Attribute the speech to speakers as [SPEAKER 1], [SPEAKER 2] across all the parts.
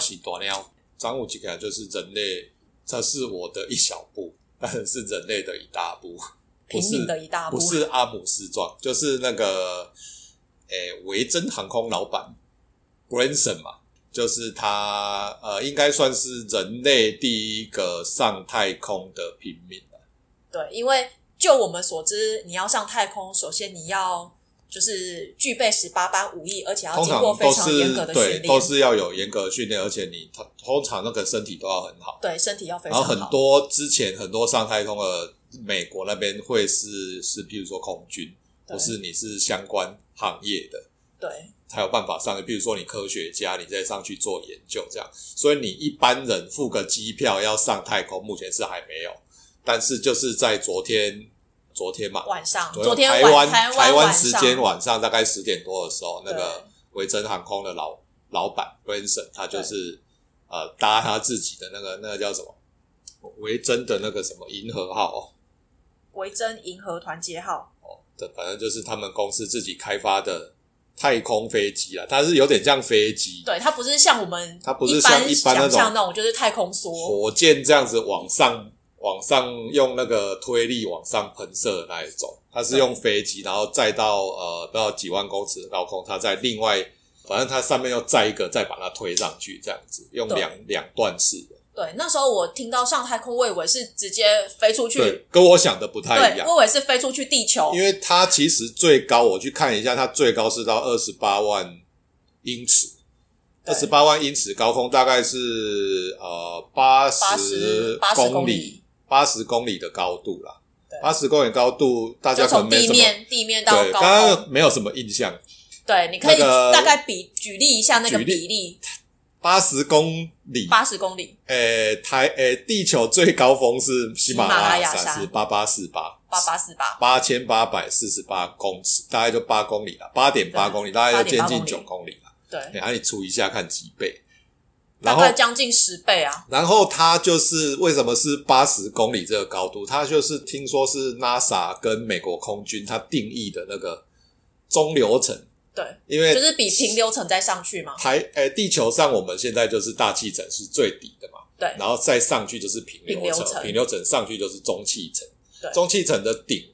[SPEAKER 1] 是大鸟。张武吉凯就是人类，这是我的一小步， 但是人类的一大步，
[SPEAKER 2] 平
[SPEAKER 1] 不
[SPEAKER 2] 民
[SPEAKER 1] 是
[SPEAKER 2] 的一大步
[SPEAKER 1] 不，是阿姆斯壮，就是那个诶维珍航空老板 Branson 嘛，就是他呃，应该算是人类第一个上太空的平民了。
[SPEAKER 2] 对，因为就我们所知，你要上太空，首先你要就是具备十八般武艺，而且要
[SPEAKER 1] 通
[SPEAKER 2] 经
[SPEAKER 1] 常
[SPEAKER 2] 过非
[SPEAKER 1] 都
[SPEAKER 2] 常严格
[SPEAKER 1] 是
[SPEAKER 2] 的
[SPEAKER 1] 对，
[SPEAKER 2] 训
[SPEAKER 1] 都
[SPEAKER 2] 练，
[SPEAKER 1] 是要有严格的训练，而且你通通常那个身体都要很好。
[SPEAKER 2] 对身体要非
[SPEAKER 1] 然
[SPEAKER 2] 常
[SPEAKER 1] 后
[SPEAKER 2] 好。
[SPEAKER 1] 很多之前很多上太空的美国那边会是是，譬如说空军，
[SPEAKER 2] 对
[SPEAKER 1] 或是你是相关行业的，
[SPEAKER 2] 对
[SPEAKER 1] 才有办法上去。比如说你科学家，你再上去做研究这样。所以你一般人付个机票要上太空，目前是还没有。但是就是在昨天，昨天嘛，
[SPEAKER 2] 晚上，
[SPEAKER 1] 昨
[SPEAKER 2] 昨天
[SPEAKER 1] 台
[SPEAKER 2] 晚
[SPEAKER 1] 湾
[SPEAKER 2] 台
[SPEAKER 1] 台
[SPEAKER 2] 晚
[SPEAKER 1] 时
[SPEAKER 2] 上
[SPEAKER 1] 间晚上大概十点多的时候，那
[SPEAKER 2] 对
[SPEAKER 1] 个维珍航空的老老板 Branson，他就是呃搭他自己的那个那个叫什么维珍的那个什么银河号哦
[SPEAKER 2] 维珍银河团结号，
[SPEAKER 1] 哦，这反正就是他们公司自己开发的太空飞机啦，它是有点像飞机，
[SPEAKER 2] 对，它不是像我们
[SPEAKER 1] 它不是像
[SPEAKER 2] 一
[SPEAKER 1] 一般那
[SPEAKER 2] 想
[SPEAKER 1] 种
[SPEAKER 2] 象那种，就是太空梭，
[SPEAKER 1] 火箭这样子往上往上用那个推力往上喷射的那一种，它是用飞机，然后再到呃不知道几万公尺的高空，它再另外，反正它上面又载一个，再把它推上去，这样子用
[SPEAKER 2] 对
[SPEAKER 1] 两两段式的，
[SPEAKER 2] 对，那时候我听到上太空，我以为是直接飞出去，
[SPEAKER 1] 对，跟我想的不太一
[SPEAKER 2] 对，
[SPEAKER 1] 样。
[SPEAKER 2] 我以为是飞出去地球
[SPEAKER 1] 因，为它其实最高，我去看一下，它最高是到二十八万英尺，
[SPEAKER 2] 对
[SPEAKER 1] 二十八万英尺高空大概是呃八十
[SPEAKER 2] 80 80
[SPEAKER 1] 公
[SPEAKER 2] 公
[SPEAKER 1] 里
[SPEAKER 2] 里，
[SPEAKER 1] 八十公里的高度啦
[SPEAKER 2] 对。
[SPEAKER 1] 八十公里高度，大家
[SPEAKER 2] 就
[SPEAKER 1] 可能
[SPEAKER 2] 从
[SPEAKER 1] 没什
[SPEAKER 2] 地
[SPEAKER 1] 么
[SPEAKER 2] 面地面到
[SPEAKER 1] 对，
[SPEAKER 2] 高
[SPEAKER 1] 刚
[SPEAKER 2] 空，
[SPEAKER 1] 刚没有什么印象。
[SPEAKER 2] 对，你可以
[SPEAKER 1] 那个
[SPEAKER 2] 大概比举例一下那个
[SPEAKER 1] 举例
[SPEAKER 2] 比例，
[SPEAKER 1] 八十公里，
[SPEAKER 2] 八十公里，
[SPEAKER 1] 诶、台诶、地球最高峰是喜马拉雅
[SPEAKER 2] 喜马拉雅
[SPEAKER 1] 山，
[SPEAKER 2] 山
[SPEAKER 1] 是八八四八
[SPEAKER 2] 八八四八，
[SPEAKER 1] 八千八百四十八公尺，大概就八公里了，八点八
[SPEAKER 2] 对
[SPEAKER 1] 公里，大概就接
[SPEAKER 2] 8.8
[SPEAKER 1] 近
[SPEAKER 2] 公里
[SPEAKER 1] 九公里了。
[SPEAKER 2] 对，
[SPEAKER 1] 然啊后你除一下看几倍，然
[SPEAKER 2] 大
[SPEAKER 1] 后
[SPEAKER 2] 概将近十倍啊，
[SPEAKER 1] 然后它就是为什么是八十公里这个高度？它就是听说是 NASA 跟美国空军它定义的那个中流层，
[SPEAKER 2] 对，
[SPEAKER 1] 因为
[SPEAKER 2] 就是比平流层再上去嘛，
[SPEAKER 1] 台诶、地球上我们现在就是大气层是最底的嘛，
[SPEAKER 2] 对
[SPEAKER 1] 然后再上去就是平流
[SPEAKER 2] 平流
[SPEAKER 1] 层，
[SPEAKER 2] 层
[SPEAKER 1] 平流层上去就是中气层
[SPEAKER 2] 对，
[SPEAKER 1] 中气层的顶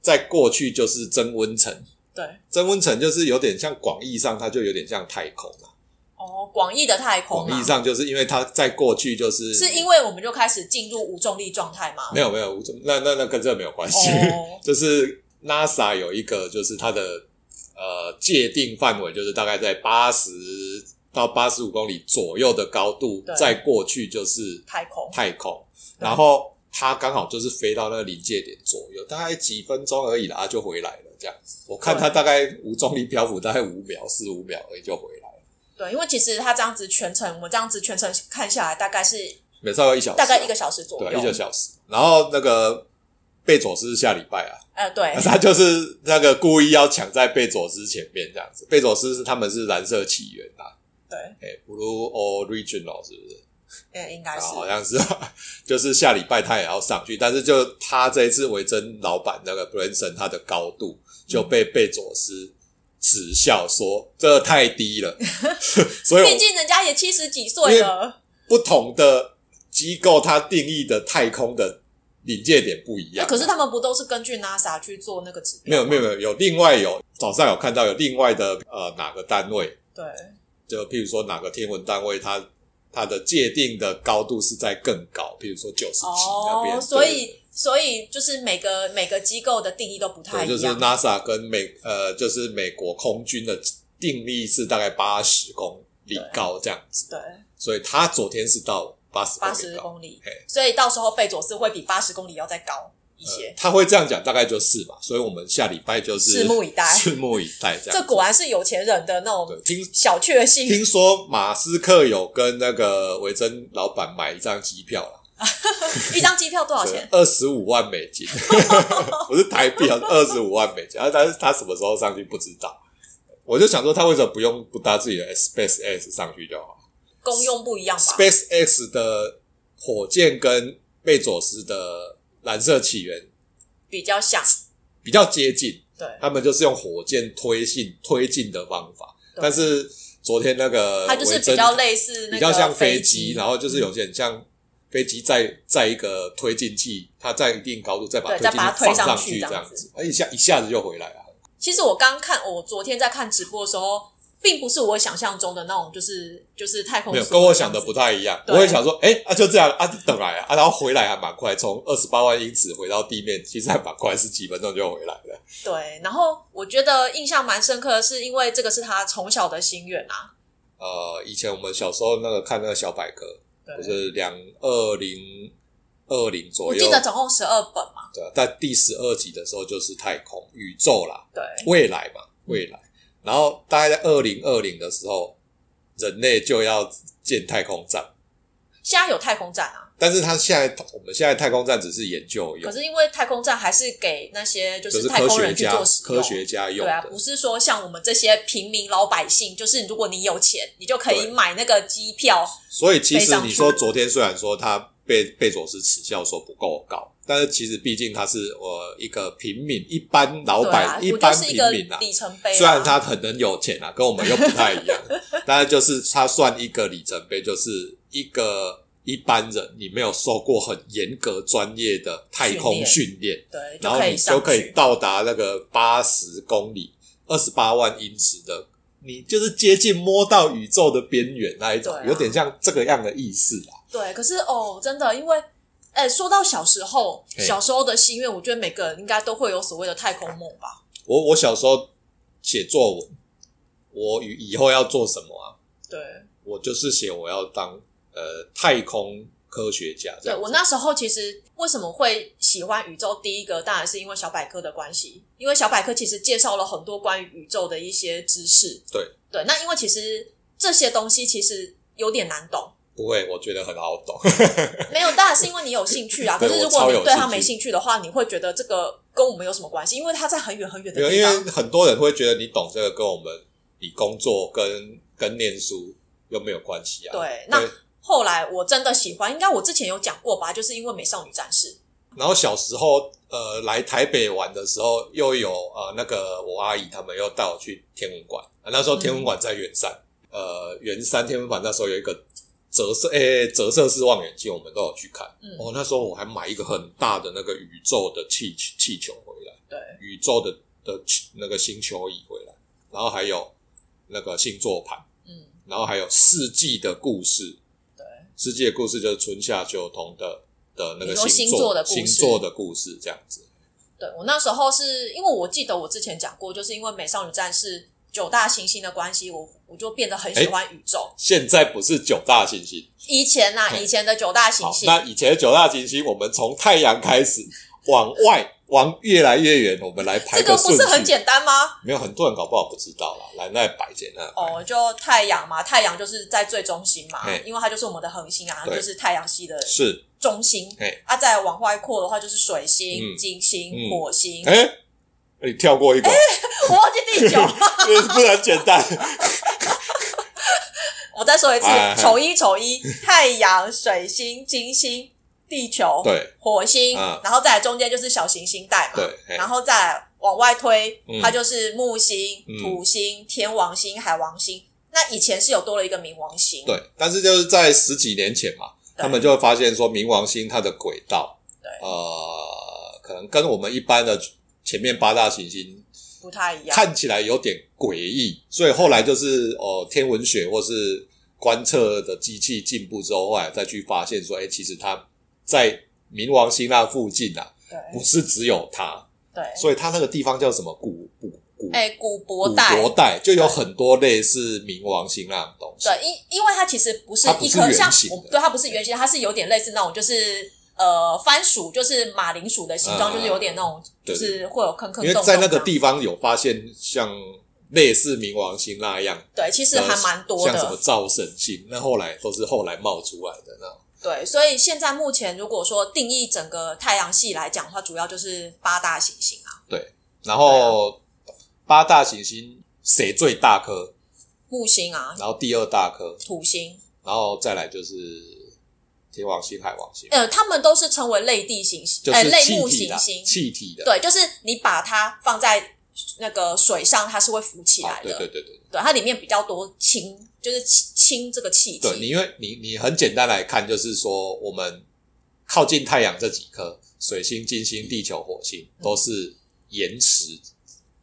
[SPEAKER 1] 再过去就是增温层，
[SPEAKER 2] 对，
[SPEAKER 1] 增温层就是有点像广义上它就有点像太空了、
[SPEAKER 2] 哦，广义的太空
[SPEAKER 1] 广
[SPEAKER 2] 啊
[SPEAKER 1] 义，上就是因为它再过去就是
[SPEAKER 2] 是因为我们就开始进入无重力状态嘛，
[SPEAKER 1] 没有没有，无那那那跟这没有关系。
[SPEAKER 2] 哦
[SPEAKER 1] 就是 NASA 有一个，就是它的呃界定范围，就是大概在八十到八十五公里左右的高度
[SPEAKER 2] 对，
[SPEAKER 1] 再过去就是
[SPEAKER 2] 太空，
[SPEAKER 1] 太空。
[SPEAKER 2] 对
[SPEAKER 1] 然后它刚好就是飞到那个临界点左右，大概几分钟而已啦，它就回来了。这样子，我看
[SPEAKER 2] 对
[SPEAKER 1] 它大概无重力漂浮，大概五秒、四五秒而已就回来了，
[SPEAKER 2] 对，因为其实它这样子全程，我们这样子全程看下来，大概是
[SPEAKER 1] 每稍微一小时，啊
[SPEAKER 2] 大概一个小时左
[SPEAKER 1] 对
[SPEAKER 2] 右，
[SPEAKER 1] 一个小时。然后那个贝佐斯是下礼拜啊，
[SPEAKER 2] 呃，对
[SPEAKER 1] 他就是那个故意要抢在贝佐斯前面这样子。贝佐斯是他们是蓝色起源啊，
[SPEAKER 2] 对，
[SPEAKER 1] 哎、b l u e Original 是不是？
[SPEAKER 2] 嗯，应
[SPEAKER 1] 啊，
[SPEAKER 2] 该是
[SPEAKER 1] 好像是， 就是下礼拜他也要上去，但是就他这一次维珍老板那个 Branson 他的高度就被贝佐斯耻笑说这太 低了，所以
[SPEAKER 2] 毕竟人家也七十几岁了，
[SPEAKER 1] 不同的机构它定义的太空的临界点不一样。
[SPEAKER 2] 可是他们不都是根据 NASA 去做那个指标？
[SPEAKER 1] 没有没有，没有，有另外有早上有看到有另外的呃哪个单位，
[SPEAKER 2] 对
[SPEAKER 1] 就譬如说哪个天文单位它它的界定的高度是在更高，譬如说九十七那边，
[SPEAKER 2] 哦，
[SPEAKER 1] 对
[SPEAKER 2] 所以所以就是每个每个机构的定义都不太
[SPEAKER 1] 对，
[SPEAKER 2] 一
[SPEAKER 1] 就是
[SPEAKER 2] 样，
[SPEAKER 1] NASA 跟美呃就是美国空军的定义是大概八十公里高这样子，
[SPEAKER 2] 对，
[SPEAKER 1] 所以他昨天是到八十
[SPEAKER 2] 八
[SPEAKER 1] 公里
[SPEAKER 2] 十
[SPEAKER 1] 高。
[SPEAKER 2] 公里
[SPEAKER 1] 嘿，
[SPEAKER 2] 所以到时候贝佐斯会比八十公里要再高一
[SPEAKER 1] 呃
[SPEAKER 2] 些，
[SPEAKER 1] 他会这样讲，大概就是嘛，所以我们下礼拜就是
[SPEAKER 2] 拭目以待
[SPEAKER 1] 拭目以待这样子。
[SPEAKER 2] 这果然是有钱人的那
[SPEAKER 1] 呃对
[SPEAKER 2] 种
[SPEAKER 1] 听
[SPEAKER 2] 小确幸，
[SPEAKER 1] 听说马斯克有跟那个维珍老板买一张机票啦，
[SPEAKER 2] 一张机票多少钱？
[SPEAKER 1] 二十五万美 金，不是台币，哦二十五万美金。啊但是他什么时候上去不知道，我就想说他为什么不用不搭自己的 Space X 上去就好
[SPEAKER 2] 功用不一样吧？
[SPEAKER 1] ？Space X 的火箭跟贝佐斯的蓝色起源
[SPEAKER 2] 比较像，
[SPEAKER 1] 比较接近，
[SPEAKER 2] 对
[SPEAKER 1] 他们就是用火箭推进推进的方法，
[SPEAKER 2] 对
[SPEAKER 1] 但是昨天那个
[SPEAKER 2] 它就是
[SPEAKER 1] 维珍
[SPEAKER 2] 比较类似那个
[SPEAKER 1] 比较像
[SPEAKER 2] 飞嗯
[SPEAKER 1] 机，然后就是有点像飞机载载一个推进器，它在一定高度再把
[SPEAKER 2] 对
[SPEAKER 1] 推进
[SPEAKER 2] 再把它
[SPEAKER 1] 器
[SPEAKER 2] 推
[SPEAKER 1] 放
[SPEAKER 2] 上去
[SPEAKER 1] 去
[SPEAKER 2] 这
[SPEAKER 1] 这
[SPEAKER 2] 样
[SPEAKER 1] 样
[SPEAKER 2] 子
[SPEAKER 1] 子，哎而一下一下子就回来了。
[SPEAKER 2] 其实我刚看，我昨天在看直播的时候，并不是我想象中的那种，就是哦就是太空
[SPEAKER 1] 没有
[SPEAKER 2] 梭
[SPEAKER 1] 跟我
[SPEAKER 2] 这样
[SPEAKER 1] 想的
[SPEAKER 2] 子
[SPEAKER 1] 不太一样，
[SPEAKER 2] 对
[SPEAKER 1] 我也想说，哎、啊就这样啊，等来啊，啊然后回来还蛮快，从二十八万英尺回到地面，其实还蛮快，十几分钟就回来了。
[SPEAKER 2] 对。然后我觉得印象蛮深刻的是，因为这个是他从小的心愿啊，
[SPEAKER 1] 呃，以前我们小时候那个看那个小百科，
[SPEAKER 2] 对，
[SPEAKER 1] 就是两二零二零左
[SPEAKER 2] 我
[SPEAKER 1] 右，
[SPEAKER 2] 记得总共十二本嘛，
[SPEAKER 1] 对啊，在第十二集的时候就是太空宇宙啦，
[SPEAKER 2] 对，
[SPEAKER 1] 未来嘛，
[SPEAKER 2] 嗯
[SPEAKER 1] 未来。然后大概在二零二零的时候，人类就要建太空站，
[SPEAKER 2] 现在有太空站啊，
[SPEAKER 1] 但是它现在我们现在太空站只是研究用
[SPEAKER 2] 可，是因为太空站还是给那些就
[SPEAKER 1] 就是是
[SPEAKER 2] 太
[SPEAKER 1] 科
[SPEAKER 2] 空
[SPEAKER 1] 学
[SPEAKER 2] 人去
[SPEAKER 1] 家
[SPEAKER 2] 做使用，
[SPEAKER 1] 科学家用
[SPEAKER 2] 对啊，
[SPEAKER 1] 的
[SPEAKER 2] 不。是说像我们这些平民老百姓，就是如果你有钱，你就可以
[SPEAKER 1] 对
[SPEAKER 2] 买那个机票，
[SPEAKER 1] 所以其
[SPEAKER 2] 飞
[SPEAKER 1] 实
[SPEAKER 2] 上
[SPEAKER 1] 你
[SPEAKER 2] 去
[SPEAKER 1] 说昨天虽然说他被贝佐斯耻笑说不够高，但是其实毕竟他是我一个平民、一般老
[SPEAKER 2] 对
[SPEAKER 1] 板、
[SPEAKER 2] 啊，
[SPEAKER 1] 一
[SPEAKER 2] 我就
[SPEAKER 1] 般
[SPEAKER 2] 是一
[SPEAKER 1] 平
[SPEAKER 2] 个
[SPEAKER 1] 民啊。
[SPEAKER 2] 里程碑啊。
[SPEAKER 1] 虽然他很能有钱啊，跟我们又不太 一样，但是就是他算一个里程碑，就是一个一般人，你没有受过很严格专业的太空训练，
[SPEAKER 2] 对，就
[SPEAKER 1] 然后
[SPEAKER 2] 可
[SPEAKER 1] 你
[SPEAKER 2] 以上
[SPEAKER 1] 就可以
[SPEAKER 2] 去
[SPEAKER 1] 到达那个八十公里、二十八万英尺的，你就是接近摸到宇宙的边缘那一种，
[SPEAKER 2] 对啊
[SPEAKER 1] 有点像这个样的意思啊。
[SPEAKER 2] 对，可是哦，真的，因为哎、说到小时候，
[SPEAKER 1] 嘿
[SPEAKER 2] 小时候的心愿，我觉得每个人应该都会有所谓的太空梦吧？
[SPEAKER 1] 我我小时候写作文，我以以后要做什么啊？
[SPEAKER 2] 对，
[SPEAKER 1] 我就是写我要当呃太空科学家
[SPEAKER 2] 对
[SPEAKER 1] 这样子。
[SPEAKER 2] 我那时候其实为什么会喜欢宇宙？第一个当然是因为小百科的关系，因为小百科其实介绍了很多关于宇宙的一些知识。
[SPEAKER 1] 对
[SPEAKER 2] 对，那因为其实这些东西其实有点难懂。
[SPEAKER 1] 不会，我觉得很好 懂。
[SPEAKER 2] 没有，当然是因为你有兴 趣啊。可
[SPEAKER 1] 对
[SPEAKER 2] 是
[SPEAKER 1] 我
[SPEAKER 2] 如果
[SPEAKER 1] 超
[SPEAKER 2] 你
[SPEAKER 1] 有
[SPEAKER 2] 对它
[SPEAKER 1] 兴
[SPEAKER 2] 没
[SPEAKER 1] 趣
[SPEAKER 2] 兴趣的话，你会觉得这个跟我们有什么关系？因为它在很远很远
[SPEAKER 1] 没有，
[SPEAKER 2] 的
[SPEAKER 1] 因
[SPEAKER 2] 地
[SPEAKER 1] 为
[SPEAKER 2] 方。
[SPEAKER 1] 很多人会觉得你懂这个跟我们你工作跟跟念书又没有关系啊。
[SPEAKER 2] 对，那后来我真的喜欢，应该我之前有讲过吧，就是因为《美少女战士
[SPEAKER 1] 然后小时候呃来台北玩的时候，又有呃那个我阿姨他们又带我去天文馆、啊那时候天文
[SPEAKER 2] 嗯
[SPEAKER 1] 馆在圆山，呃圆山天文馆那时候有一个折射诶、折射式望远镜，我们都有去看。》。
[SPEAKER 2] 嗯，
[SPEAKER 1] 哦，那时候我还买一个很大的那个宇宙的气气球回来，
[SPEAKER 2] 对，
[SPEAKER 1] 宇宙的的气那个星球仪回来，然后还有那个星座盘，
[SPEAKER 2] 嗯，
[SPEAKER 1] 然后还有四季的故事，
[SPEAKER 2] 对，
[SPEAKER 1] 世界故事就是春夏秋冬的的那
[SPEAKER 2] 你
[SPEAKER 1] 个
[SPEAKER 2] 说
[SPEAKER 1] 星
[SPEAKER 2] 星座的故
[SPEAKER 1] 星
[SPEAKER 2] 事
[SPEAKER 1] 座的故事这样子。
[SPEAKER 2] 对我那时候是因为我记得我之前讲过，就是因为《美少女战士》九大行星的关系，我我就变得很喜欢宇宙。
[SPEAKER 1] 现在不是九大行星，
[SPEAKER 2] 以前呐、啊，
[SPEAKER 1] 嘿
[SPEAKER 2] 以前的九大行
[SPEAKER 1] 好，
[SPEAKER 2] 星，
[SPEAKER 1] 那以前的九大行星，我们从太阳开始往外往越来越远，我们来排
[SPEAKER 2] 这个不
[SPEAKER 1] 顺序。
[SPEAKER 2] 是很简单吗？
[SPEAKER 1] 没有很多人搞不好不知道啦，来那摆简单。
[SPEAKER 2] 哦，就太阳嘛，太阳就是在最中心嘛
[SPEAKER 1] 嘿，
[SPEAKER 2] 因为它就是我们的恒星啊，
[SPEAKER 1] 对
[SPEAKER 2] 就是太阳系的
[SPEAKER 1] 是，
[SPEAKER 2] 中心
[SPEAKER 1] 嘿。
[SPEAKER 2] 啊，再往外扩的话，就是水星、
[SPEAKER 1] 嗯
[SPEAKER 2] 金
[SPEAKER 1] 嗯
[SPEAKER 2] 星、火星，
[SPEAKER 1] 哎、你跳过一
[SPEAKER 2] 哎
[SPEAKER 1] 个，
[SPEAKER 2] 我忘记第 九了。
[SPEAKER 1] 不然简单。
[SPEAKER 2] 我再说一次
[SPEAKER 1] 哎，
[SPEAKER 2] 丑一丑一，太阳、水星、金星、地球、
[SPEAKER 1] 对
[SPEAKER 2] 火星
[SPEAKER 1] 嗯，
[SPEAKER 2] 然后再来中间就是小行星带嘛
[SPEAKER 1] 对，，哎
[SPEAKER 2] 然后再来往外推
[SPEAKER 1] 嗯，
[SPEAKER 2] 它就是木星
[SPEAKER 1] 嗯、
[SPEAKER 2] 土星、天王星、海王星。那以前是有多了一个冥王星，
[SPEAKER 1] 对，但是就是在十几年前嘛，
[SPEAKER 2] 对
[SPEAKER 1] 他们就会发现说冥王星它的轨道，
[SPEAKER 2] 对
[SPEAKER 1] 呃，可能跟我们一般的前面八大行星
[SPEAKER 2] 不太一样。
[SPEAKER 1] 看起来有点诡异，所以后来就是哦、呃天文学或是观测的机器进步之后，后来再去发现说，哎、其实它在冥王星那附近啊，
[SPEAKER 2] 对
[SPEAKER 1] 不是只有它，
[SPEAKER 2] 对，
[SPEAKER 1] 所以它那个地方叫什么古古古
[SPEAKER 2] 哎，古
[SPEAKER 1] 古
[SPEAKER 2] 柏带，
[SPEAKER 1] 国带就有很多类似冥王星那种东西。
[SPEAKER 2] 对，因因为它其实不是
[SPEAKER 1] 它不
[SPEAKER 2] 一
[SPEAKER 1] 是
[SPEAKER 2] 颗像
[SPEAKER 1] 圆形的
[SPEAKER 2] 我，对，它不是圆形，它是有点类似那种就是。呃，番薯就是马铃薯的形状，
[SPEAKER 1] 嗯
[SPEAKER 2] 就是有点那种，就
[SPEAKER 1] 对
[SPEAKER 2] 是会有坑坑
[SPEAKER 1] 因
[SPEAKER 2] 洞洞。
[SPEAKER 1] 为在那个地方有发现像类似冥王星那样，
[SPEAKER 2] 对，其实还蛮多
[SPEAKER 1] 呃像什么
[SPEAKER 2] 的。
[SPEAKER 1] 灶神星，那后来都是后来冒出来的那种。
[SPEAKER 2] 对，所以现在目前如果说定义整个太阳系来讲的话，主要就是八大行星啊，
[SPEAKER 1] 然后、八大行星谁最大颗？
[SPEAKER 2] 木星啊、
[SPEAKER 1] 然后第二大颗，
[SPEAKER 2] 土星，
[SPEAKER 1] 然后再来就是天王星、海王星，
[SPEAKER 2] 呃，它们都是称为类地行星，
[SPEAKER 1] 就
[SPEAKER 2] 呃，
[SPEAKER 1] 是
[SPEAKER 2] 类
[SPEAKER 1] 气
[SPEAKER 2] 木
[SPEAKER 1] 体
[SPEAKER 2] 行
[SPEAKER 1] 的啊
[SPEAKER 2] 星。
[SPEAKER 1] 气体的。
[SPEAKER 2] 对，就是你把它放在那个水上它是会浮起
[SPEAKER 1] 啊
[SPEAKER 2] 来，的，
[SPEAKER 1] 对对对对
[SPEAKER 2] 对它里面比较多氢，就是氢氢这个气
[SPEAKER 1] 对，你
[SPEAKER 2] 体，
[SPEAKER 1] 因为你你很简单来看，就是说我们靠近太阳这几颗，水星、金星、地球、火星
[SPEAKER 2] 嗯
[SPEAKER 1] 都是岩石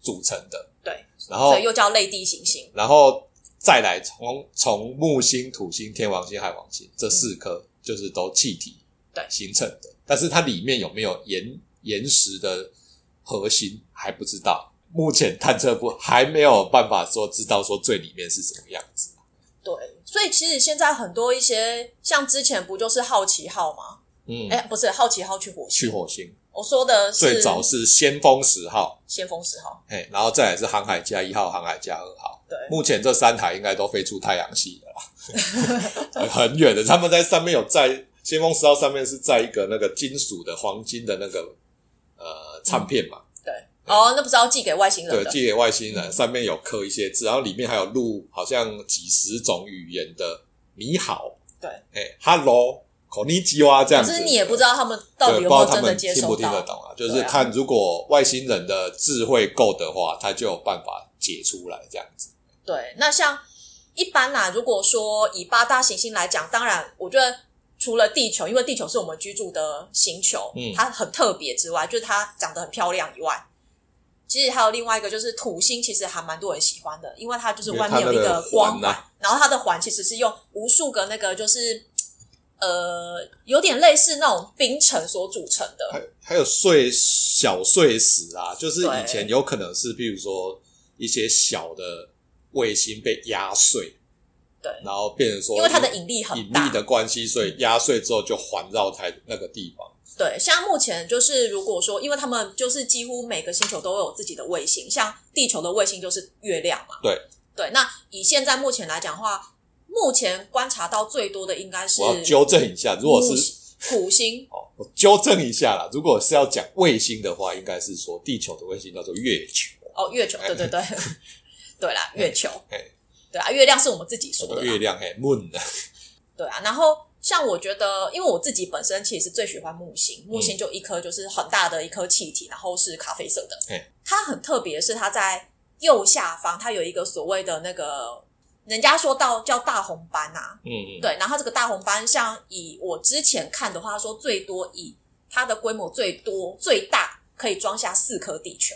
[SPEAKER 1] 组成的，
[SPEAKER 2] 对，
[SPEAKER 1] 然后
[SPEAKER 2] 所以又叫类地行星。
[SPEAKER 1] 然后再来从从木星、土星、天王星、海王星这四颗就是都气体
[SPEAKER 2] 对
[SPEAKER 1] 形成的，但是它里面有没有岩岩石的核心还不知道，目前探测不还没有办法说知道说最里面是什么样子。
[SPEAKER 2] 对，所以其实现在很多一些像之前不就是好奇号吗？
[SPEAKER 1] 嗯，
[SPEAKER 2] 哎、不是好奇号去火
[SPEAKER 1] 去
[SPEAKER 2] 星，
[SPEAKER 1] 火星
[SPEAKER 2] 我说的是
[SPEAKER 1] 最早是先锋十号，
[SPEAKER 2] 先锋十号，
[SPEAKER 1] 哎，然后再来是航海家一号、航海家二号。
[SPEAKER 2] 对，
[SPEAKER 1] 目前这三台应该都飞出太阳系了啦， 很远的。他们在上面有在先锋十号上面是在一个那个金属的黄金的那个呃唱片嘛，
[SPEAKER 2] 对，哦，那不是要寄给外星人
[SPEAKER 1] 对，
[SPEAKER 2] 的，嗯
[SPEAKER 1] 寄给外星人，上面有刻一些字，然后里面还有录好像几十种语言的你好，
[SPEAKER 2] 对，
[SPEAKER 1] 哎，hello，口尼基哇这样
[SPEAKER 2] 可
[SPEAKER 1] 子，
[SPEAKER 2] 是你也不知道他们到底
[SPEAKER 1] 对，
[SPEAKER 2] 有
[SPEAKER 1] 不
[SPEAKER 2] 没
[SPEAKER 1] 知道
[SPEAKER 2] 有
[SPEAKER 1] 他
[SPEAKER 2] 真的
[SPEAKER 1] 们
[SPEAKER 2] 接
[SPEAKER 1] 听
[SPEAKER 2] 收
[SPEAKER 1] 不听得
[SPEAKER 2] 到。
[SPEAKER 1] 懂啊？就是
[SPEAKER 2] 对啊
[SPEAKER 1] 看如果外星人的智慧够的话，他就有办法解出来这样子。
[SPEAKER 2] 对，那像一般啦、如果说以八大行星来讲，当然我觉得除了地球，因为地球是我们居住的星球，
[SPEAKER 1] 嗯
[SPEAKER 2] 它很特别之外，就是它长得很漂亮以外，其实还有另外一个就是土星，其实还蛮多人喜欢的，因为它就是外面有一
[SPEAKER 1] 因为它
[SPEAKER 2] 个
[SPEAKER 1] 那个
[SPEAKER 2] 光
[SPEAKER 1] 环啊
[SPEAKER 2] 然后它的环其实是用无数个那个就是。呃，有点类似那种冰层所组成的，
[SPEAKER 1] 还还有碎小碎石啊，就是
[SPEAKER 2] 对
[SPEAKER 1] 以前有可能是，譬如说一些小的卫星被压碎，
[SPEAKER 2] 对
[SPEAKER 1] 然后变成说，
[SPEAKER 2] 因为它的引力很
[SPEAKER 1] 引
[SPEAKER 2] 大，嗯
[SPEAKER 1] 力的关系，所以压碎之后就环绕在那个地方。
[SPEAKER 2] 对，像目前就是如果说，因为他们就是几乎每个星球都有自己的卫星，像地球的卫星就是月亮嘛。
[SPEAKER 1] 对
[SPEAKER 2] 对，那以现在目前来讲的话，目前观察到最多的应该是
[SPEAKER 1] 我要纠正一下，如果
[SPEAKER 2] 木
[SPEAKER 1] 是
[SPEAKER 2] 星土星，
[SPEAKER 1] 哦，我纠正一下啦，如果是要讲卫星的话，应该是说地球的卫星叫做月球，
[SPEAKER 2] 哦，月球，对对 对，对啦，月球
[SPEAKER 1] 嘿，
[SPEAKER 2] 对啊，月亮是我们自己说
[SPEAKER 1] 我
[SPEAKER 2] 的
[SPEAKER 1] 的
[SPEAKER 2] 啦，
[SPEAKER 1] 月亮嘿 moon 啊
[SPEAKER 2] 对啊，然后。像我觉得，因为我自己本身其实最喜欢木星，木
[SPEAKER 1] 嗯
[SPEAKER 2] 星就一颗就是很大的一颗气体，然后是咖啡色的
[SPEAKER 1] 嘿。
[SPEAKER 2] 它很特别，是它在右下方，它有一个所谓的那个，人家说到叫大红斑呐、啊，
[SPEAKER 1] 嗯嗯，
[SPEAKER 2] 对。然后它这个大红斑，像以我之前看的话，它说最多以它的规模最多最大可以装下四颗地球，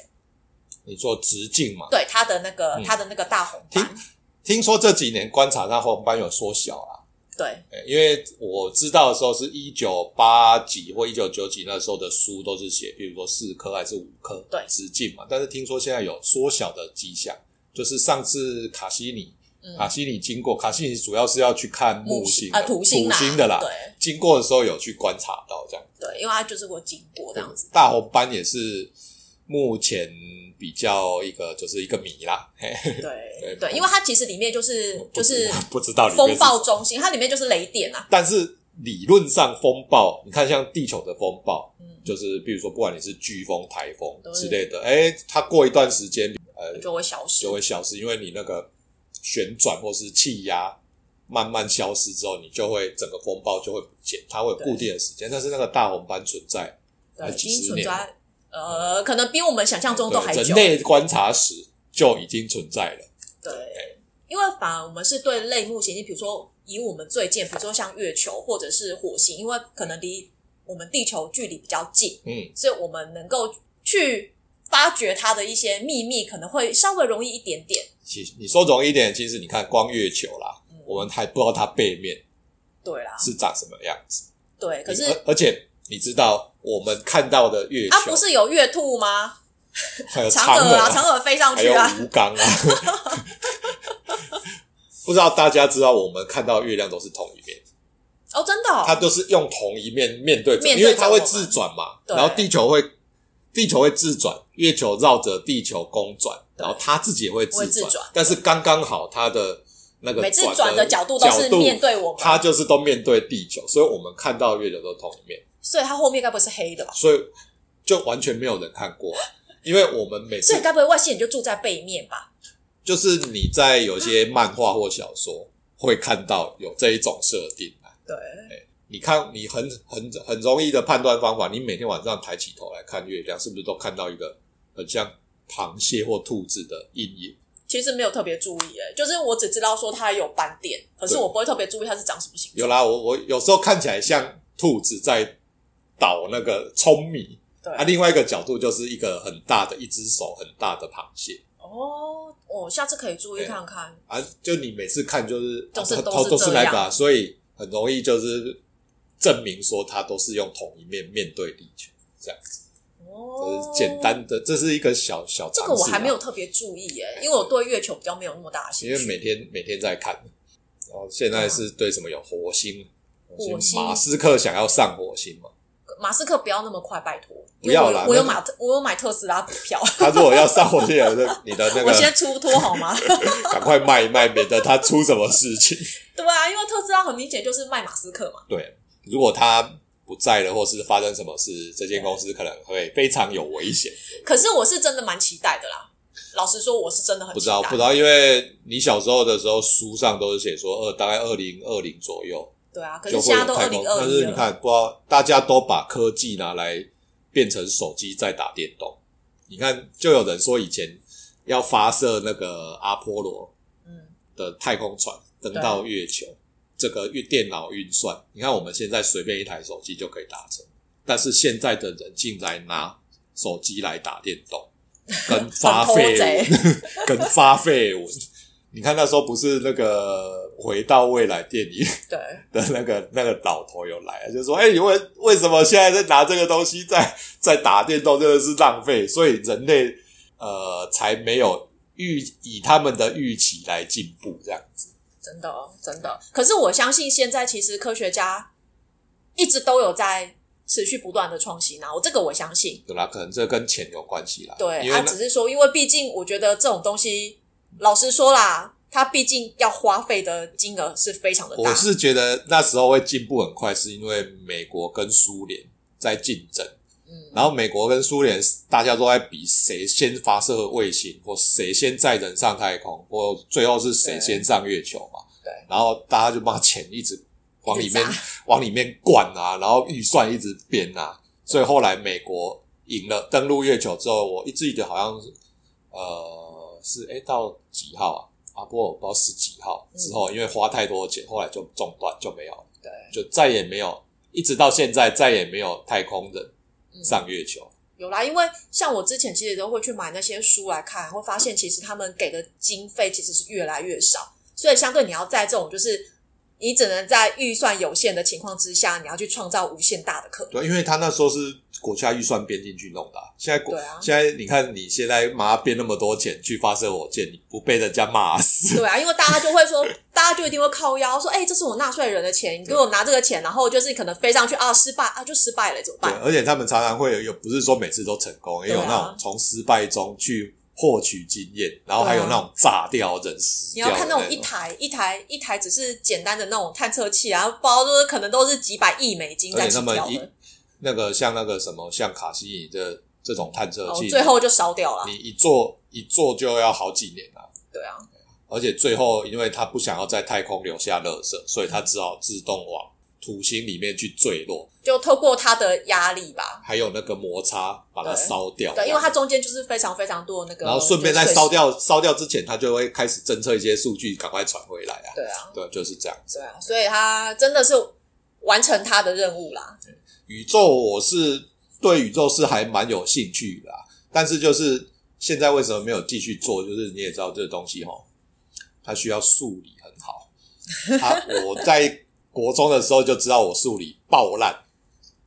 [SPEAKER 1] 你说直径嘛，
[SPEAKER 2] 对它的那个、
[SPEAKER 1] 嗯
[SPEAKER 2] 它的那个大红斑，
[SPEAKER 1] 听说这几年观察它红斑有缩小啊，
[SPEAKER 2] 对
[SPEAKER 1] 欸因为我知道的时候是一九八几或一九九几那时候的书都是写，比如说四颗还是五颗
[SPEAKER 2] 对
[SPEAKER 1] 直径嘛，但是听说现在有缩小的迹象，就是上次卡西尼、
[SPEAKER 2] 嗯
[SPEAKER 1] 卡西尼经过，卡西尼主要是要去看木星
[SPEAKER 2] 啊
[SPEAKER 1] 的
[SPEAKER 2] 土星啦，
[SPEAKER 1] 的啦，
[SPEAKER 2] 对
[SPEAKER 1] 经过的时候有去观察到这样，
[SPEAKER 2] 对，因为它就是会经过这样子，
[SPEAKER 1] 大红斑也是目前比较一个就是一个谜啦，嘿
[SPEAKER 2] 对
[SPEAKER 1] 对
[SPEAKER 2] 对，因为它其实里面就是
[SPEAKER 1] 我不
[SPEAKER 2] 就是
[SPEAKER 1] 我不知道里面
[SPEAKER 2] 风
[SPEAKER 1] 是
[SPEAKER 2] 暴中心，它里面就是雷电啊，
[SPEAKER 1] 但是理论上风暴，你看像地球的风暴，
[SPEAKER 2] 嗯
[SPEAKER 1] 就是比如说不管你是飓风、台风
[SPEAKER 2] 都是
[SPEAKER 1] 之类的，哎、它过一段时间
[SPEAKER 2] 就会消失
[SPEAKER 1] 就。会消失，因为你那个旋转或是气压慢慢消失之后，你就会整个风暴就会不见，它会有
[SPEAKER 2] 对
[SPEAKER 1] 固定的时间，但是那个大红斑存在，
[SPEAKER 2] 对，
[SPEAKER 1] 还
[SPEAKER 2] 已
[SPEAKER 1] 几
[SPEAKER 2] 经
[SPEAKER 1] 十
[SPEAKER 2] 存
[SPEAKER 1] 年
[SPEAKER 2] 在，呃，可能比我们想象中都还
[SPEAKER 1] 对
[SPEAKER 2] 久
[SPEAKER 1] 人。类观察史就已经存在了。
[SPEAKER 2] 对，因为反而我们是对类目行星，比如说以我们最近，比如说像月球或者是火星，因为可能离我们地球距离比较近，
[SPEAKER 1] 嗯，
[SPEAKER 2] 所以我们能够去发掘它的一些秘密，可能会稍微容易一点点。
[SPEAKER 1] 其实你说容易一点，其实你看光月球啦，
[SPEAKER 2] 嗯
[SPEAKER 1] 我们还不知道它背面
[SPEAKER 2] 对啦，
[SPEAKER 1] 是长什么样子。
[SPEAKER 2] 对，可是
[SPEAKER 1] 而而且你知道，我们看到的月球
[SPEAKER 2] 啊，不是有月兔吗？
[SPEAKER 1] 还有
[SPEAKER 2] 嫦娥
[SPEAKER 1] 呃娥
[SPEAKER 2] 啊，嫦娥飞上
[SPEAKER 1] 还
[SPEAKER 2] 去
[SPEAKER 1] 有
[SPEAKER 2] 啊，
[SPEAKER 1] 吴刚啊， 不知道大家知道，我们看到月亮都是同一面，
[SPEAKER 2] 哦，真的哦、
[SPEAKER 1] 它都是用同一面面对着，
[SPEAKER 2] 面对着
[SPEAKER 1] 因为它
[SPEAKER 2] 我
[SPEAKER 1] 会
[SPEAKER 2] 们
[SPEAKER 1] 自转嘛，
[SPEAKER 2] 对
[SPEAKER 1] 然后地球会地球会自转，月球绕着地球公转，
[SPEAKER 2] 对
[SPEAKER 1] 然后它自己也会自
[SPEAKER 2] 会自转
[SPEAKER 1] 但是刚刚好它的那个
[SPEAKER 2] 每次转
[SPEAKER 1] 转
[SPEAKER 2] 的角度都是
[SPEAKER 1] 角度
[SPEAKER 2] 面对我们，
[SPEAKER 1] 它就是都面对地球，所以我们看到月球都同一面。
[SPEAKER 2] 所以它后面该不会是黑的吧？
[SPEAKER 1] 所以就完全没有人看过，因为我们每次
[SPEAKER 2] 所以该不会外星人就住在背面吧？
[SPEAKER 1] 就是你在有些漫画或小说会看到有这一种设定啊。
[SPEAKER 2] 对，
[SPEAKER 1] 你看，你很很很容易的判断方法，你每天晚上抬起头来看月亮，是不是都看到一个很像螃蟹或兔子的阴影。
[SPEAKER 2] 其实没有特别注意、欸，就是我只知道说它有斑点，可是我不会特别注意它是长什么形状。
[SPEAKER 1] 有啦，我我有时候看起来像兔子在倒那个舂米，
[SPEAKER 2] 对，
[SPEAKER 1] 啊，另外一个角度就是一个很大的一只手很大的螃蟹
[SPEAKER 2] 哦，我下次可以注意看看。
[SPEAKER 1] 啊，就你每次看就是
[SPEAKER 2] 都是
[SPEAKER 1] 啊
[SPEAKER 2] 都
[SPEAKER 1] 都
[SPEAKER 2] 是
[SPEAKER 1] 都是
[SPEAKER 2] 这
[SPEAKER 1] 那
[SPEAKER 2] 样
[SPEAKER 1] 个、啊，所以很容易就是证明说它都是用同一面面对地球这样子，这
[SPEAKER 2] 哦
[SPEAKER 1] 是，简。单的，这是一个小小
[SPEAKER 2] 这
[SPEAKER 1] 常识
[SPEAKER 2] 个
[SPEAKER 1] 啊
[SPEAKER 2] 我还没有，特别注意耶、因为我对月球比较没有那么大的兴
[SPEAKER 1] 因为
[SPEAKER 2] 趣。
[SPEAKER 1] 每天每天在看，然后现在是对什么有火星，
[SPEAKER 2] 火星
[SPEAKER 1] 马斯克想要上火星嘛，
[SPEAKER 2] 马斯克不要那么快，拜托。
[SPEAKER 1] 不要
[SPEAKER 2] 因为
[SPEAKER 1] 啦
[SPEAKER 2] 我有我有
[SPEAKER 1] 那个
[SPEAKER 2] 买特我有买特斯拉股票，
[SPEAKER 1] 他如果要上火星，有的你的那
[SPEAKER 2] 我先
[SPEAKER 1] 个
[SPEAKER 2] 出脱好吗？
[SPEAKER 1] 赶快卖一卖，免得他出什么事情。
[SPEAKER 2] 对啊，因为特斯拉很明显就是卖马斯克嘛。
[SPEAKER 1] 对，如果他不在了，或是发生什么事，这间公司可能会非常有危险。
[SPEAKER 2] 可是我是真的蛮期待的啦。老实说，我是真的很
[SPEAKER 1] 不
[SPEAKER 2] 期
[SPEAKER 1] 知
[SPEAKER 2] 待。
[SPEAKER 1] 道，不知道，因为你小时候的时候，书上都是写说二，大概二零二零左右
[SPEAKER 2] 对啊，可
[SPEAKER 1] 就是会
[SPEAKER 2] 现
[SPEAKER 1] 有
[SPEAKER 2] 在都
[SPEAKER 1] 太
[SPEAKER 2] 二
[SPEAKER 1] 空
[SPEAKER 2] 零二
[SPEAKER 1] 但
[SPEAKER 2] 一
[SPEAKER 1] 是你
[SPEAKER 2] 了，
[SPEAKER 1] 看，不知道大家都把科技拿来变成手机在打电动。你看，就有人说以前要发射那个阿波罗，
[SPEAKER 2] 嗯，
[SPEAKER 1] 的太空船登到月球，这个运电脑运算，你看我们现在随便一台手机就可以达成，但是现在的人竟然拿手机来打电 动，跟发
[SPEAKER 2] 很
[SPEAKER 1] 绯
[SPEAKER 2] 偷贼
[SPEAKER 1] 闻， 跟发绯闻。你看那时候不是那个《回到未来》电影
[SPEAKER 2] 对，
[SPEAKER 1] 的那个那个老头有来，就说：“哎、你为为什么现在在拿这个东西在在打电动，真的是浪费，所以人类呃才没有预以他们的预期来进步这样子。
[SPEAKER 2] 真的真的。可是我相信现在其实科学家一直都有在持续不断的创新啊，我这个我相信。
[SPEAKER 1] 对啦，可能这跟钱有关系啦。
[SPEAKER 2] 对，
[SPEAKER 1] 因
[SPEAKER 2] 他、
[SPEAKER 1] 为
[SPEAKER 2] 啊、只是说，因为毕竟我觉得这种东西，老实说啦，它毕竟要花费的金额是非常的
[SPEAKER 1] 我
[SPEAKER 2] 大。
[SPEAKER 1] 是觉得那时候会进步很快，是因为美国跟苏联在竞争，
[SPEAKER 2] 嗯，
[SPEAKER 1] 然后美国跟苏联大家都在比谁先发射卫星，或谁先载人上太空，或最后是谁
[SPEAKER 2] 对
[SPEAKER 1] 先上月球嘛。
[SPEAKER 2] 对
[SPEAKER 1] 然后大家就把钱一直往里面
[SPEAKER 2] 一直砸
[SPEAKER 1] 往里面灌啊，然后预算一直编啊，所以后来美国赢了，登陆月球之后，我一直记得好像是呃是诶到几号啊？阿波罗不知道十几号之后，因为花太多钱，后来就中断就没有了，
[SPEAKER 2] 嗯对，
[SPEAKER 1] 就再也没有，一直到现在再也没有太空人
[SPEAKER 2] 嗯
[SPEAKER 1] 上月球。
[SPEAKER 2] 有啦，因为像我之前其实都会去买那些书来看，会发现其实他们给的经费其实是越来越少，所以相对你要在这种就是你只能在预算有限的情况之下，你要去创造无限大的可能。
[SPEAKER 1] 对，因为他那时候是国家预算编进去弄的啊、现在国、
[SPEAKER 2] 对啊
[SPEAKER 1] 现在你看你现在妈编那么多钱去发射火箭，你不被人家骂 死？
[SPEAKER 2] 对啊，因为大家就会说，大家就一定会靠腰说，哎、这是我纳税人的钱，你给我拿这个钱，然后就是可能飞上去啊，失败啊，就失败了，怎么
[SPEAKER 1] 对，
[SPEAKER 2] 办？
[SPEAKER 1] 而且他们常常会有，有不是说每次都成功，也有
[SPEAKER 2] 对啊
[SPEAKER 1] 那种从失败中去获取经验，然后还有那种炸掉人死
[SPEAKER 2] 啊你
[SPEAKER 1] 掉
[SPEAKER 2] 要
[SPEAKER 1] 的
[SPEAKER 2] 看那种一台一台一台只是简单的那种探测器啊，包就是可能都是几百亿美金在
[SPEAKER 1] 而且
[SPEAKER 2] 起
[SPEAKER 1] 那么
[SPEAKER 2] 跳
[SPEAKER 1] 一
[SPEAKER 2] 的，
[SPEAKER 1] 那个像那个什么像卡西尼的这种探测
[SPEAKER 2] 哦
[SPEAKER 1] 器，，
[SPEAKER 2] 最后就烧掉了。
[SPEAKER 1] 你一做一做就要好几年啊。
[SPEAKER 2] 对啊，
[SPEAKER 1] 而且最后，因为他不想要在太空留下垃圾，所以他只好自动往土星里面去坠落。
[SPEAKER 2] 就透过它的压力吧，
[SPEAKER 1] 还有那个摩擦把它烧掉。
[SPEAKER 2] 对，因为它中间就是非常非常多的那个，
[SPEAKER 1] 啊然后顺便在
[SPEAKER 2] 就是
[SPEAKER 1] 烧掉烧掉之前，它就会开始侦测一些数据，赶快传回来啊。
[SPEAKER 2] 碎，对啊，
[SPEAKER 1] 对，就是这样。
[SPEAKER 2] 对啊，所以它真的是完成它的任务啦，
[SPEAKER 1] 宇宙我是对宇宙是还蛮有兴趣的、啊，但是就是现在为什么没有继续做？就是你也知道这个东西哈，它需要数理很好。 啊，我在国中的时候就知道我数理爆烂，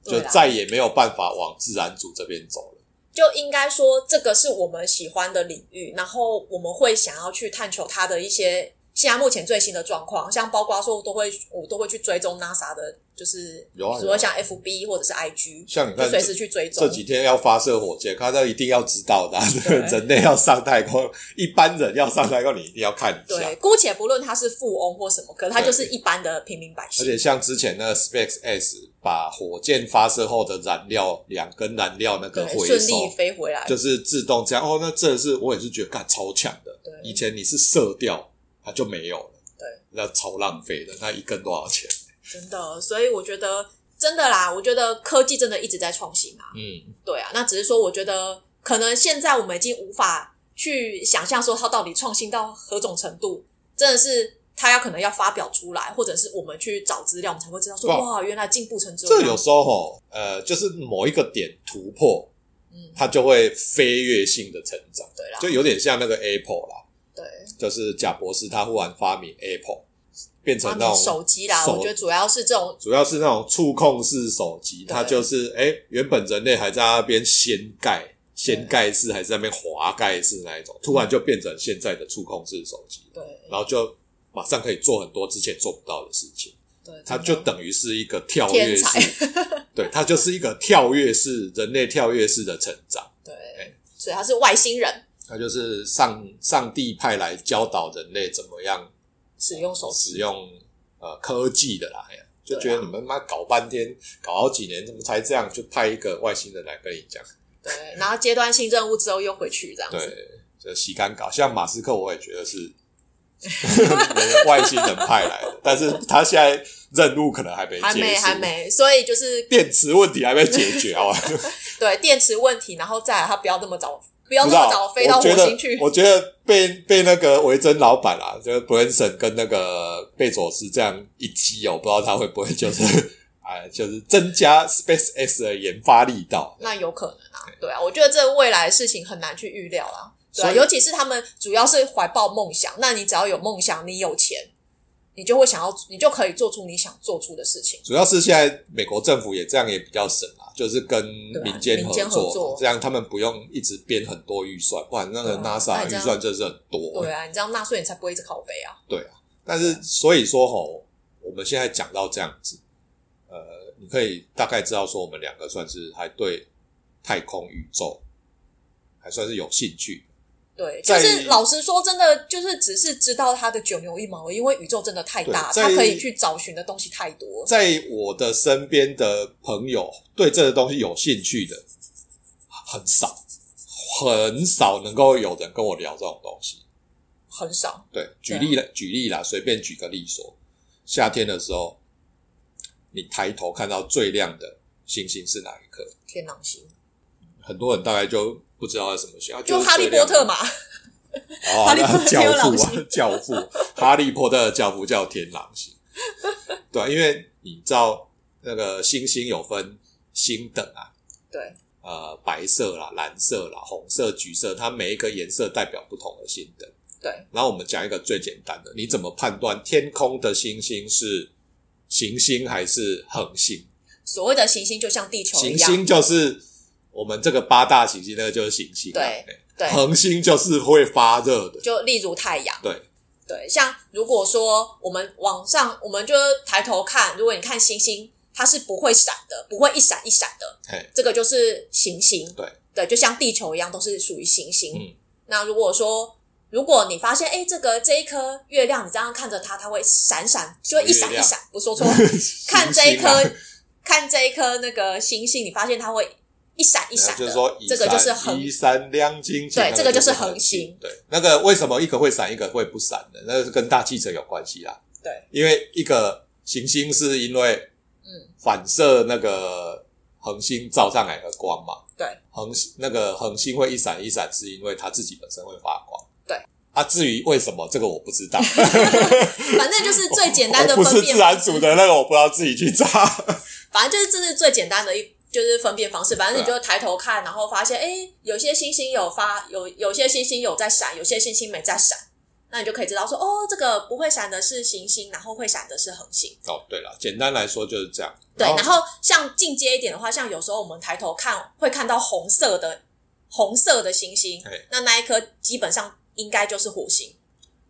[SPEAKER 1] 就
[SPEAKER 2] 对啊啦
[SPEAKER 1] 再也没有办法往自然组这边走了。
[SPEAKER 2] 就应该说这个是我们喜欢的领域，然后我们会想要去探求它的一些现在目前最新的状况，像包括说我都会我都会去追踪 NASA 的，就是
[SPEAKER 1] 有啊
[SPEAKER 2] 比如说
[SPEAKER 1] 有啊
[SPEAKER 2] 像 FB 或者是 IG，
[SPEAKER 1] 像你看
[SPEAKER 2] 就随
[SPEAKER 1] 这
[SPEAKER 2] 时去追踪
[SPEAKER 1] 这。几天要发射火箭，他这一定要知道的啊、
[SPEAKER 2] 对
[SPEAKER 1] 人类要上太空，一般人要上太空，你一定要看一下
[SPEAKER 2] 对。，姑且不论他是富翁或什么，可是他就是一般的平民百
[SPEAKER 1] 而
[SPEAKER 2] 姓。
[SPEAKER 1] 且像之前那个 SpaceX 把火箭发射后的燃料两根燃料那个
[SPEAKER 2] 对，
[SPEAKER 1] 回
[SPEAKER 2] 顺
[SPEAKER 1] 收，
[SPEAKER 2] 利飞回来。
[SPEAKER 1] 就是自动这样。哦，那这是我也是觉得干超强的。
[SPEAKER 2] 对
[SPEAKER 1] 以前你是射掉，它就没有了。
[SPEAKER 2] 对，
[SPEAKER 1] 那超浪费的，那一根多少钱？
[SPEAKER 2] 真的，所以我觉得真的啦，我觉得科技真的一直在创新啊，
[SPEAKER 1] 嗯，
[SPEAKER 2] 对啊，那只是说我觉得。可能现在我们已经无法去想象说它到底创新到何种程度，真的是它要可能要发表出来，或者是我们去找资料，我们才会知道说
[SPEAKER 1] 哇
[SPEAKER 2] 哇，原来进步成这
[SPEAKER 1] 这
[SPEAKER 2] 样。
[SPEAKER 1] 有时候吼，呃，就是某一个点突破，
[SPEAKER 2] 嗯，
[SPEAKER 1] 它就会飞跃性的成长，
[SPEAKER 2] 对啊啦，
[SPEAKER 1] 就有点像那个 Apple 啦，
[SPEAKER 2] 对，啊
[SPEAKER 1] 就是贾博士他忽然发明 Apple，变成
[SPEAKER 2] 发
[SPEAKER 1] 那
[SPEAKER 2] 明
[SPEAKER 1] 种
[SPEAKER 2] 手机啦，
[SPEAKER 1] 手
[SPEAKER 2] 我觉得主要是这种
[SPEAKER 1] 主要是那种触控式手机，它就是哎、诶原本人类还在那边掀盖、掀盖式，还是在那边滑盖式那一种，突然就变成现在的触控式手机，
[SPEAKER 2] 嗯对
[SPEAKER 1] 然后就马上可以做很多之前做不到的事情。
[SPEAKER 2] 对，
[SPEAKER 1] 它
[SPEAKER 2] 真
[SPEAKER 1] 就
[SPEAKER 2] 的
[SPEAKER 1] 等于是一个跳跃
[SPEAKER 2] 天才
[SPEAKER 1] 式， 对，它就是一个跳跃式人类跳跃式的成长，
[SPEAKER 2] 对，所以他是外星人
[SPEAKER 1] 它就是上上帝派来教导人类怎么样
[SPEAKER 2] 使用手
[SPEAKER 1] 使
[SPEAKER 2] 机，
[SPEAKER 1] 用呃科技的啦，哎呀就
[SPEAKER 2] 对啊
[SPEAKER 1] 觉得你们妈搞半天，搞好几年，怎么才这样？就派一个外星人来跟你 讲，
[SPEAKER 2] 对，然后阶段性任务之后又回去这样
[SPEAKER 1] 对
[SPEAKER 2] 子，，
[SPEAKER 1] 就洗干搞。像马斯克，我也觉得是 外星人派来的，但是他现在任务可能还没
[SPEAKER 2] 还
[SPEAKER 1] 结
[SPEAKER 2] 没
[SPEAKER 1] 束，
[SPEAKER 2] 还没，所以就是
[SPEAKER 1] 电池问题还没解决啊。
[SPEAKER 2] 对电池问题，然后再来他不要那么早，不要
[SPEAKER 1] 不
[SPEAKER 2] 那
[SPEAKER 1] 知
[SPEAKER 2] 么
[SPEAKER 1] 道，
[SPEAKER 2] 早飞到
[SPEAKER 1] 我觉
[SPEAKER 2] 火
[SPEAKER 1] 得
[SPEAKER 2] 星去，
[SPEAKER 1] 我觉得被被那个维珍老板啊，就是 Branson 跟那个贝佐斯这样一激哦，我不知道他会不会就是 哎，就是增加 SpaceX 的研发力道。
[SPEAKER 2] 那有可能啊，对啊，我觉得这未来的事情很难去预料啦。对、啊，
[SPEAKER 1] 所以
[SPEAKER 2] 尤其是他们主要是怀抱梦想，那你只要有梦想，你有钱，你就会想要，你就可以做出你想做出的事情。
[SPEAKER 1] 主要是现在美国政府也这样也比较省啊，就是跟
[SPEAKER 2] 对啊
[SPEAKER 1] 民间
[SPEAKER 2] 民
[SPEAKER 1] 合
[SPEAKER 2] 间合
[SPEAKER 1] 作，
[SPEAKER 2] 作
[SPEAKER 1] 这样他们不用一直编很多预算，不然那个
[SPEAKER 2] 对啊
[SPEAKER 1] NASA
[SPEAKER 2] 那这
[SPEAKER 1] 的预
[SPEAKER 2] 样
[SPEAKER 1] 算真是很多。
[SPEAKER 2] 对啊，你这样纳税你才不会一直拷贝啊。
[SPEAKER 1] 但是所以说吼，我们现在讲到这样子，呃，你可以大概知道说我们两个算是还对太空宇宙还算是有兴趣。
[SPEAKER 2] 对，就
[SPEAKER 1] 在
[SPEAKER 2] 是老实说，真的就是只是知道它的九牛一毛，因为宇宙真的太大，
[SPEAKER 1] 对
[SPEAKER 2] 它
[SPEAKER 1] 在
[SPEAKER 2] 可以去找寻的东西太多。
[SPEAKER 1] 在我的身边的朋友对这个东西有兴趣的很少，很少能够有人跟我聊这种东西。
[SPEAKER 2] 很少，
[SPEAKER 1] 对，举例了，举例啦，随便举个例说，夏天的时候，你抬头看到最亮的星星是哪一颗？
[SPEAKER 2] 天狼星
[SPEAKER 1] 很多人大概就不知道是什么星，啊
[SPEAKER 2] 就是哈利
[SPEAKER 1] 最亮
[SPEAKER 2] 波
[SPEAKER 1] 的
[SPEAKER 2] 特嘛，
[SPEAKER 1] 哦，
[SPEAKER 2] 哈利波特
[SPEAKER 1] 那教
[SPEAKER 2] 天
[SPEAKER 1] 父
[SPEAKER 2] 狼
[SPEAKER 1] 啊，教父，哈利波特的教父叫天狼星，对啊，因为你知道那个星星有分星等啊，
[SPEAKER 2] 对，
[SPEAKER 1] 呃，白色啦、蓝色啦、红色、橘色，它每一个颜色代表不同的星等。
[SPEAKER 2] 对，
[SPEAKER 1] 然后我们讲一个最简单的，你怎么判断天空的星星是行星还是恒星？
[SPEAKER 2] 所谓的行星就像地球一
[SPEAKER 1] 行
[SPEAKER 2] 样，
[SPEAKER 1] 星就是我们这个八大行星，那个就是行星啊、
[SPEAKER 2] 对对，
[SPEAKER 1] 恒星就是会发热的，
[SPEAKER 2] 就例如太阳。
[SPEAKER 1] 对。
[SPEAKER 2] 对，像如果说我们往上，我们就抬头看，如果你看星星，它是不会闪的，不会一闪一闪的，
[SPEAKER 1] 嘿，
[SPEAKER 2] 这个就是行星。
[SPEAKER 1] 对
[SPEAKER 2] 对，就像地球一样，都是属于行星。
[SPEAKER 1] 嗯
[SPEAKER 2] 那如果说，如果你发现，哎，这个这一颗月亮，你这样看着它，它会闪闪，就会一闪
[SPEAKER 1] 月
[SPEAKER 2] 一
[SPEAKER 1] 亮
[SPEAKER 2] 闪，不说 错。
[SPEAKER 1] 行
[SPEAKER 2] 看这一
[SPEAKER 1] 星啊
[SPEAKER 2] 颗，看这一颗那个星星，你发现它会一闪一
[SPEAKER 1] 然
[SPEAKER 2] 闪
[SPEAKER 1] 后就
[SPEAKER 2] 的，
[SPEAKER 1] 是说一
[SPEAKER 2] 这个就是恒
[SPEAKER 1] 一三亮晶晶，
[SPEAKER 2] 对
[SPEAKER 1] 那
[SPEAKER 2] 这个就是
[SPEAKER 1] 恒
[SPEAKER 2] 恒星
[SPEAKER 1] 对，那个为什么一个会闪，一个会不闪的？那个是跟大气层有关系啦。
[SPEAKER 2] 对，
[SPEAKER 1] 因为一个行星是因为
[SPEAKER 2] 嗯，
[SPEAKER 1] 反射那个恒星照上来的光嘛。
[SPEAKER 2] 对，
[SPEAKER 1] 恒星那个恒星会一闪一闪，是因为它自己本身会发光。
[SPEAKER 2] 对。
[SPEAKER 1] 啊，至于为什么这个我不知 道，
[SPEAKER 2] 反正就是最简单的
[SPEAKER 1] 我不
[SPEAKER 2] 分
[SPEAKER 1] 是
[SPEAKER 2] 辨
[SPEAKER 1] 自然
[SPEAKER 2] 方式
[SPEAKER 1] 组的那个，我不知道自己去查。
[SPEAKER 2] 反正就是这是最简单的一就是分辨方式。反正你就抬头看，然后发现哎、诶有些星星有发有有些星星有在闪，有些星星没在闪，那你就可以知道说哦，这个不会闪的是行星，然后会闪的是恒星。
[SPEAKER 1] 哦，对了，简单来说就是这样。
[SPEAKER 2] 对，然后像进阶一点的话，像有时候我们抬头看会看到红色的红色的星星
[SPEAKER 1] 对，
[SPEAKER 2] 那那一颗基本上应该就是火星。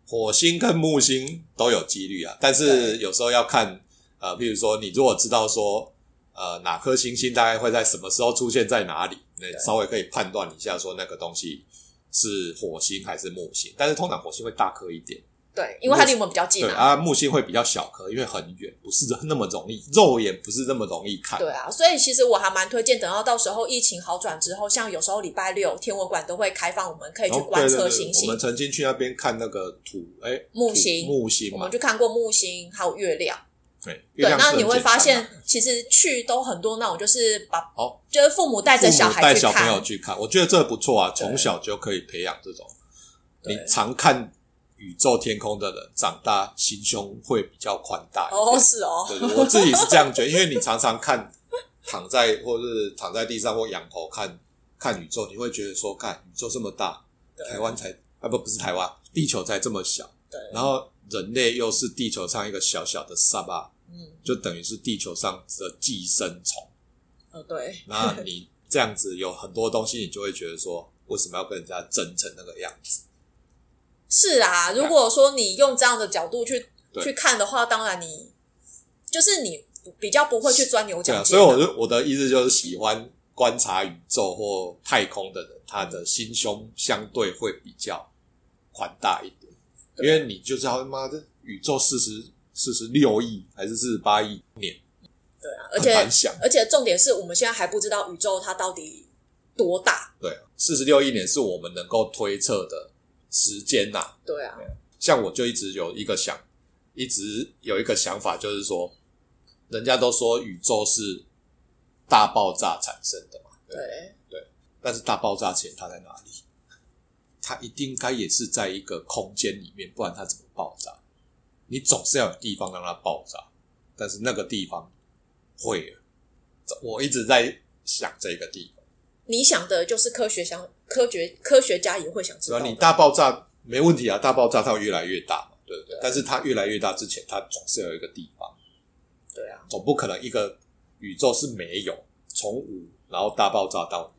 [SPEAKER 1] 火星跟木星都有几率啊，但是有时候要看，呃，譬如说你如果知道说，呃，哪颗行星大概会在什么时候出现在哪里，那稍微可以判断一下说那个东西是火星还是木星。但是通常火星会大颗一点，
[SPEAKER 2] 对，因为它离我们比较近
[SPEAKER 1] 对啊，木星会比较小颗，因为很远，不是那么容易，肉眼不是那么容易看。
[SPEAKER 2] 对啊，所以其实我还蛮推荐，等到到时候疫情好转之后，像有时候礼拜六天文馆都会开放，我们可以
[SPEAKER 1] 然
[SPEAKER 2] 去
[SPEAKER 1] 后
[SPEAKER 2] 观
[SPEAKER 1] 哦对
[SPEAKER 2] 测
[SPEAKER 1] 对对
[SPEAKER 2] 行
[SPEAKER 1] 我
[SPEAKER 2] 星
[SPEAKER 1] 们。曾经去那边看那个土，哎，
[SPEAKER 2] 木
[SPEAKER 1] 土
[SPEAKER 2] 星
[SPEAKER 1] 木星
[SPEAKER 2] 我
[SPEAKER 1] 嘛
[SPEAKER 2] 们，去看过木星还有月亮，
[SPEAKER 1] 对，月
[SPEAKER 2] 对，
[SPEAKER 1] 亮
[SPEAKER 2] 那
[SPEAKER 1] 是
[SPEAKER 2] 你
[SPEAKER 1] 很
[SPEAKER 2] 会
[SPEAKER 1] 简
[SPEAKER 2] 发
[SPEAKER 1] 单啊
[SPEAKER 2] 现
[SPEAKER 1] 的，
[SPEAKER 2] 其实去都很多那种，就是把
[SPEAKER 1] 哦，
[SPEAKER 2] 就是父母带着
[SPEAKER 1] 父母
[SPEAKER 2] 孩
[SPEAKER 1] 带
[SPEAKER 2] 去
[SPEAKER 1] 小
[SPEAKER 2] 看
[SPEAKER 1] 朋，友去看，我觉得这不错啊，
[SPEAKER 2] 对
[SPEAKER 1] 从小就可以培养这种，
[SPEAKER 2] 对
[SPEAKER 1] 你常看宇宙天空的人，长大心胸会比较宽大一点。
[SPEAKER 2] 哦，是哦，
[SPEAKER 1] 对，我自己是这样觉得，因为你常常看躺在或是躺在地上或仰头看看宇宙，你会觉得说，看宇宙这么大，
[SPEAKER 2] 对
[SPEAKER 1] 台湾才啊不不是台湾，地球才这么小，
[SPEAKER 2] 对，
[SPEAKER 1] 然后人类又是地球上一个小小的沙巴，
[SPEAKER 2] 嗯，
[SPEAKER 1] 就等于是地球上的寄生虫。
[SPEAKER 2] 呃，对，
[SPEAKER 1] 那你这样子有很多东西，你就会觉得说，为什么要跟人家争成那个样子？
[SPEAKER 2] 是啊。如果说你用这样的角度去
[SPEAKER 1] 对
[SPEAKER 2] 去看的话，当然你就是你比较不会去钻牛
[SPEAKER 1] 对
[SPEAKER 2] 角
[SPEAKER 1] 啊，
[SPEAKER 2] 尖啊、
[SPEAKER 1] 所以我就我的意思就是，喜欢观察宇宙或太空的人，他的心胸相对会比较宽大一点，因
[SPEAKER 2] 对
[SPEAKER 1] 为你就知道，妈的，宇宙四十四十六亿还是四十八亿年，
[SPEAKER 2] 对啊，而
[SPEAKER 1] 很难
[SPEAKER 2] 且
[SPEAKER 1] 想。
[SPEAKER 2] 而且重点是我们现在还不知道宇宙它到底多大。
[SPEAKER 1] 对啊，四十六亿年是我们能够推测的时间呐、
[SPEAKER 2] 对啊，
[SPEAKER 1] 像我就一直有一个想，一直有一个想法，就是说，人家都说宇宙是大爆炸产生的嘛，
[SPEAKER 2] 对，
[SPEAKER 1] 但是大爆炸前它在哪里？它一定该也是在一个空间里面，不然它怎么爆炸？你总是要有地方让它爆炸，但是那个地方会了，我一直在想这个地方，
[SPEAKER 2] 你想的就是科学想科学科学家也会想知道
[SPEAKER 1] 对吧？你
[SPEAKER 2] 的。
[SPEAKER 1] 大爆炸没问题啊，大爆炸它会越来越大嘛，对不对？
[SPEAKER 2] 对
[SPEAKER 1] 但是它越来越大之前，它总是要有一个地方。
[SPEAKER 2] 对啊，
[SPEAKER 1] 总不可能一个宇宙是没有从无然后大爆炸到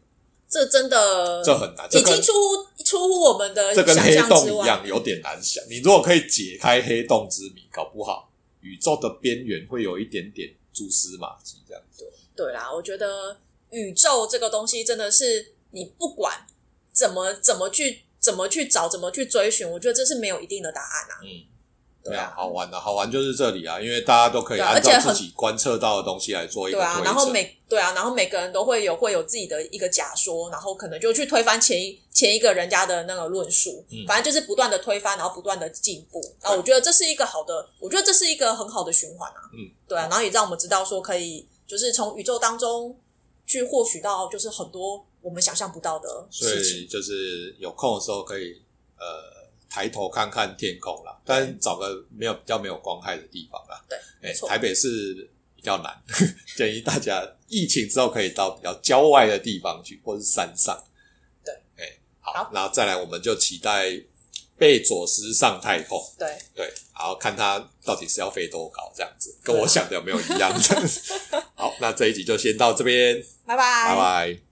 [SPEAKER 2] 这真的
[SPEAKER 1] 有，这很难，这
[SPEAKER 2] 已经
[SPEAKER 1] 跟
[SPEAKER 2] 出乎出乎我们的
[SPEAKER 1] 这跟
[SPEAKER 2] 想
[SPEAKER 1] 黑
[SPEAKER 2] 象
[SPEAKER 1] 洞
[SPEAKER 2] 之
[SPEAKER 1] 一
[SPEAKER 2] 外。
[SPEAKER 1] 样，有点难想。你如果可以解开黑洞之谜，搞不好宇宙的边缘会有一点点蛛丝马迹这样子。
[SPEAKER 2] 对啊啦，我觉得宇宙这个东西真的是你不管怎么怎么去怎么去找，怎么去追寻，我觉得这是没有一定的答案啊。
[SPEAKER 1] 嗯，
[SPEAKER 2] 对
[SPEAKER 1] 啊，
[SPEAKER 2] 啊，
[SPEAKER 1] 好玩的好玩就是这里啊，因为大家都可以
[SPEAKER 2] 对啊
[SPEAKER 1] 按照
[SPEAKER 2] 而且
[SPEAKER 1] 自
[SPEAKER 2] 很
[SPEAKER 1] 己观测到的东西来做一个
[SPEAKER 2] 对
[SPEAKER 1] 推
[SPEAKER 2] 啊
[SPEAKER 1] 测。，
[SPEAKER 2] 然后每对啊，然后每个人都会有会有自己的一个假说，然后可能就去推翻前一前一个人家的那个论述，
[SPEAKER 1] 嗯
[SPEAKER 2] 反正就是不断的推翻，然后不断的进步。啊，我觉得这是一个好的，我觉得这是一个很好的循环啊。
[SPEAKER 1] 嗯，
[SPEAKER 2] 对啊，然后也让我们知道说可以就是从宇宙当中去获取到就是很多我们想象不到的
[SPEAKER 1] 所
[SPEAKER 2] 事情。
[SPEAKER 1] 以就是有空的时候可以呃抬头看看天空啦，但找个没有比较没有光害的地方啦。
[SPEAKER 2] 对，
[SPEAKER 1] 哎、
[SPEAKER 2] 没错
[SPEAKER 1] 台北市比较难， 建议大家疫情之后可以到比较郊外的地方去，或是山上。
[SPEAKER 2] 对，
[SPEAKER 1] 哎、好，
[SPEAKER 2] 好
[SPEAKER 1] 然后再来我们就期待贝佐斯上太空，
[SPEAKER 2] 对，
[SPEAKER 1] 对，然后看他到底是要飞多高这样子，
[SPEAKER 2] 对
[SPEAKER 1] 跟
[SPEAKER 2] 啊
[SPEAKER 1] 我想的有没有一样？好，那这一集就先到这边，
[SPEAKER 2] 拜拜，
[SPEAKER 1] 拜拜。